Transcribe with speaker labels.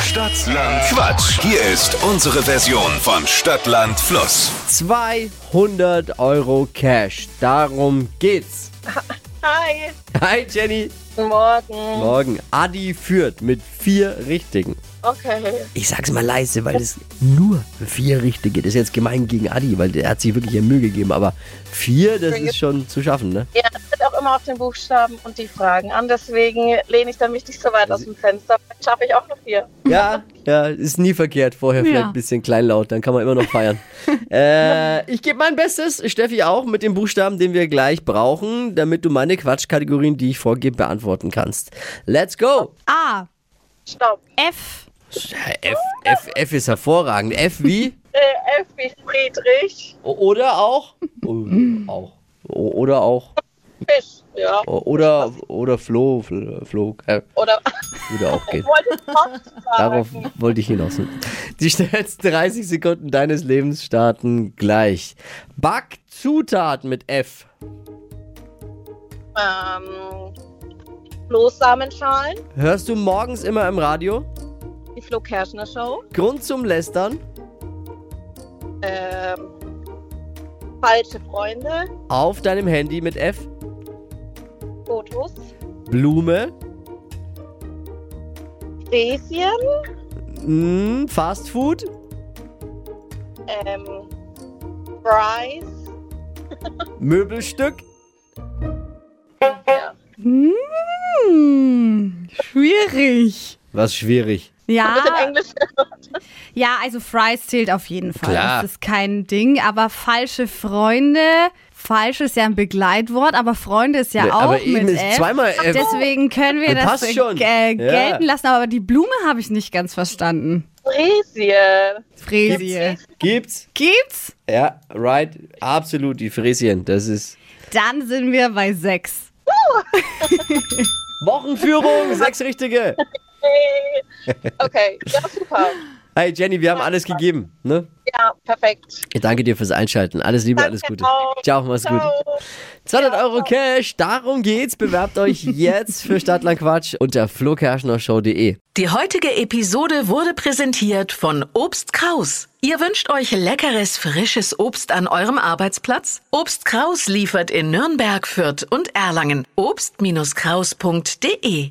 Speaker 1: Stadtland Quatsch. Hier ist unsere Version von Stadtland Fluss.
Speaker 2: 200 Euro Cash. Darum geht's.
Speaker 3: Hi,
Speaker 2: Hi Jenny.
Speaker 3: guten Morgen.
Speaker 2: Morgen. Adi führt mit vier Richtigen.
Speaker 3: Okay.
Speaker 2: Ich sag's mal leise, weil es nur vier Richtige. Das ist jetzt gemein gegen Adi, weil der hat sich wirklich ihr Mühe gegeben. Aber vier, das ist schon zu schaffen, ne?
Speaker 3: Ja, es wird auch immer auf den Buchstaben und die Fragen an. Deswegen lehne ich dann mich nicht so weit aus dem Fenster. Vielleicht schaffe ich auch noch vier.
Speaker 2: Ja, ja, ist nie verkehrt. Vorher vielleicht ein bisschen kleinlaut, dann kann man immer noch feiern. äh, ich gebe mein Bestes, Steffi auch, mit dem Buchstaben, den wir gleich brauchen, damit du meine Quatschkategorien, die ich vorgebe, beantworten kannst. Let's go!
Speaker 4: A,
Speaker 3: Stopp.
Speaker 4: F,
Speaker 2: F, F, F ist hervorragend. F wie?
Speaker 3: Äh, F wie Friedrich.
Speaker 2: O- Oder auch? O- auch. O- Oder auch.
Speaker 3: Fisch. Ja.
Speaker 2: O- Oder, oder Flo, Fl- Flo, äh,
Speaker 3: Oder
Speaker 2: würde auch gehen.
Speaker 3: wollte ich Post sagen.
Speaker 2: Darauf wollte ich hinaus. Die schnellsten 30 Sekunden deines Lebens starten gleich. Backzutat mit F.
Speaker 3: Ähm, Bloßsamenschalen.
Speaker 2: Hörst du morgens immer im Radio?
Speaker 3: Die Flo Kerschner Show.
Speaker 2: Grund zum Lästern?
Speaker 3: Ähm, falsche Freunde.
Speaker 2: Auf deinem Handy mit F.
Speaker 3: Fotos.
Speaker 2: Blume.
Speaker 3: Fräschen.
Speaker 2: Mm, Fast Food.
Speaker 3: Ähm, Fries.
Speaker 2: Möbelstück.
Speaker 3: Ja.
Speaker 4: hm, schwierig.
Speaker 2: Was schwierig.
Speaker 3: Mit dem
Speaker 4: Ja,
Speaker 3: Englisch.
Speaker 4: ja, also Fries zählt auf jeden Fall.
Speaker 2: Klar.
Speaker 4: Das ist kein Ding, aber falsche Freunde, falsch ist ja ein Begleitwort, aber Freunde ist ja
Speaker 2: Nee,
Speaker 4: auch
Speaker 2: Ne, aber eben
Speaker 4: mit
Speaker 2: ist
Speaker 4: F.
Speaker 2: zweimal F.
Speaker 4: Deswegen können wir das
Speaker 2: Passt
Speaker 4: äh,
Speaker 2: schon.
Speaker 4: äh,
Speaker 2: Ja.
Speaker 4: gelten lassen, aber die Blume habe ich nicht ganz verstanden.
Speaker 3: Fräschen.
Speaker 4: Fräsie.
Speaker 2: Gibt's?
Speaker 4: Gibt's?
Speaker 2: Ja, right. Absolut, die Fräschen. Das ist.
Speaker 4: Dann sind wir bei sechs.
Speaker 2: Wochenführung, sechs richtige.
Speaker 3: Hey. Okay, ja, super.
Speaker 2: Hey Jenny, wir haben alles gegeben. Ne?
Speaker 3: Ja, perfekt.
Speaker 2: Ich danke dir fürs Einschalten. Alles Liebe,
Speaker 3: Danke
Speaker 2: alles Gute.
Speaker 3: auch.
Speaker 2: Ciao, mach's gut.
Speaker 3: Ciao.
Speaker 2: 200 Euro Cash, darum geht's. Bewerbt euch jetzt für Stadtlandquatsch unter flokerschnershow.de.
Speaker 5: Die heutige Episode wurde präsentiert von Obst Kraus. Ihr wünscht euch leckeres, frisches Obst an eurem Arbeitsplatz? Obst Kraus liefert in Nürnberg, Fürth und Erlangen. Obst-Kraus.de